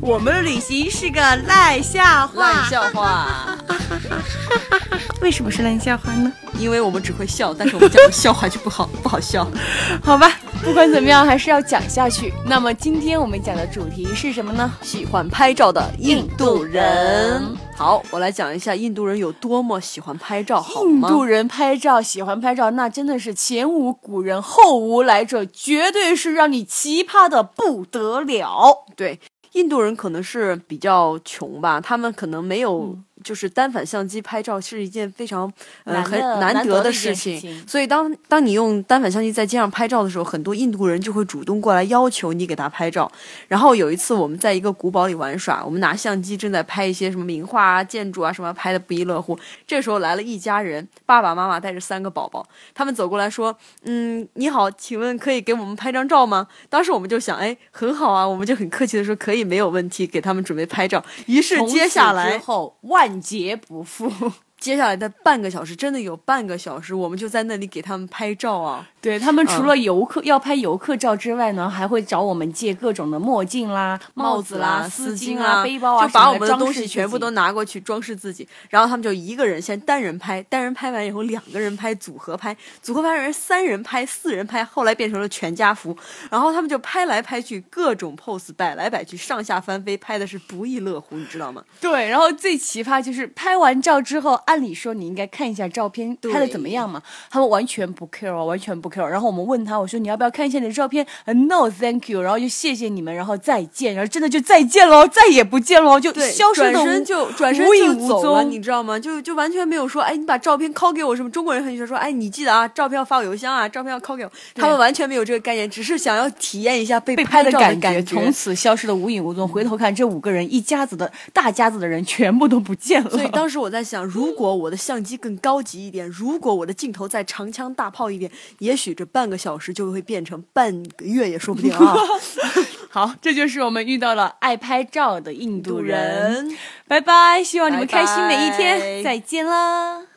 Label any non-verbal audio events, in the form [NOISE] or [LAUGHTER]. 我们旅行是个烂笑烂话。笑话，为什么是烂笑话呢？因为我们只会笑，但是我们讲的笑话就不好，不 [LAUGHS] 好笑。好吧，不管怎么样，还是要讲下去。那么今天我们讲的主题是什么呢？喜欢拍照的印度人。好，我来讲一下印度人有多么喜欢拍照，好印吗？度人拍照喜欢拍照，那真的是前无古人后无来者，绝对是让你奇葩的不得了。对，印度人可能是比较穷吧，他们可能没有，就是单反相机拍照是一件非常嗯呃难很得难难得得的的一件情。事情所以当当你用单反相机在街上拍照的时候，很多印度人就会主动过来要求你给他拍照。然后有一次我们在一个古堡里玩耍，我们拿相机正在拍一些什么名画啊、建筑啊什么，拍的不亦乐乎。这时候来了一家人，爸爸妈妈带着三个宝宝，他们走过来说：“嗯，你好，请问可以给我们拍张照吗？”当时我们就想，哎，很好啊，我们就很客气的说可以，没有问题，给他们准备拍照。于是从接此下之来，后万劫不复。接下来的半个小时，真的有半个小时，我们就在那里给他们拍照啊。 [LAUGHS] 对他们除嗯了游客、要拍游客照之外呢，还会找我们借各种的墨镜啦、帽子子啦、啦、丝丝巾巾啦、啊，背包啊，就把我们的东什么西的全部都装饰自己拿过去装饰自己。然后他们就一个人先单人拍，单人拍完以后两个人拍，组合拍，组合拍完三人拍、四人拍，后来变成了全家福。然后他们就拍来拍去，各种 pose 摆来摆去，上下翻飞，拍的是不亦乐乎，你知道吗？对，然后最奇葩就是拍完照之后，按理说你应该看一下照片对拍的怎么样嘛，他们完全不 care，哦完全不 care。然后我们问他，我说你要不要看一下你的照片呃？No，thank you。然后就谢谢你们，然后再见，然后真的就再见喽，再也不见喽，就对，消失转的身无就转身无影就无走了，踪你知道吗？就就完全没有说，哎，你把照片拷给我什么？中国人很喜欢说，哎，你记得啊，照片要发我邮箱啊，照片要拷给我。他们完全没有这个概念，只是想要体验一下被被拍的的感觉。从此消失的无影无踪。回头看这五个人，一家子的大家子的人全部都不见了。 [LAUGHS] 所以当时我在想，如果我的相机更高级一点，如果我的镜头再长枪大炮一点，也许这半个小时就会变成半个月也说不定啊。好，这就是我们遇到了爱拍照的印主度人。人，拜拜，希望你们拜拜开心的一天，再见啦。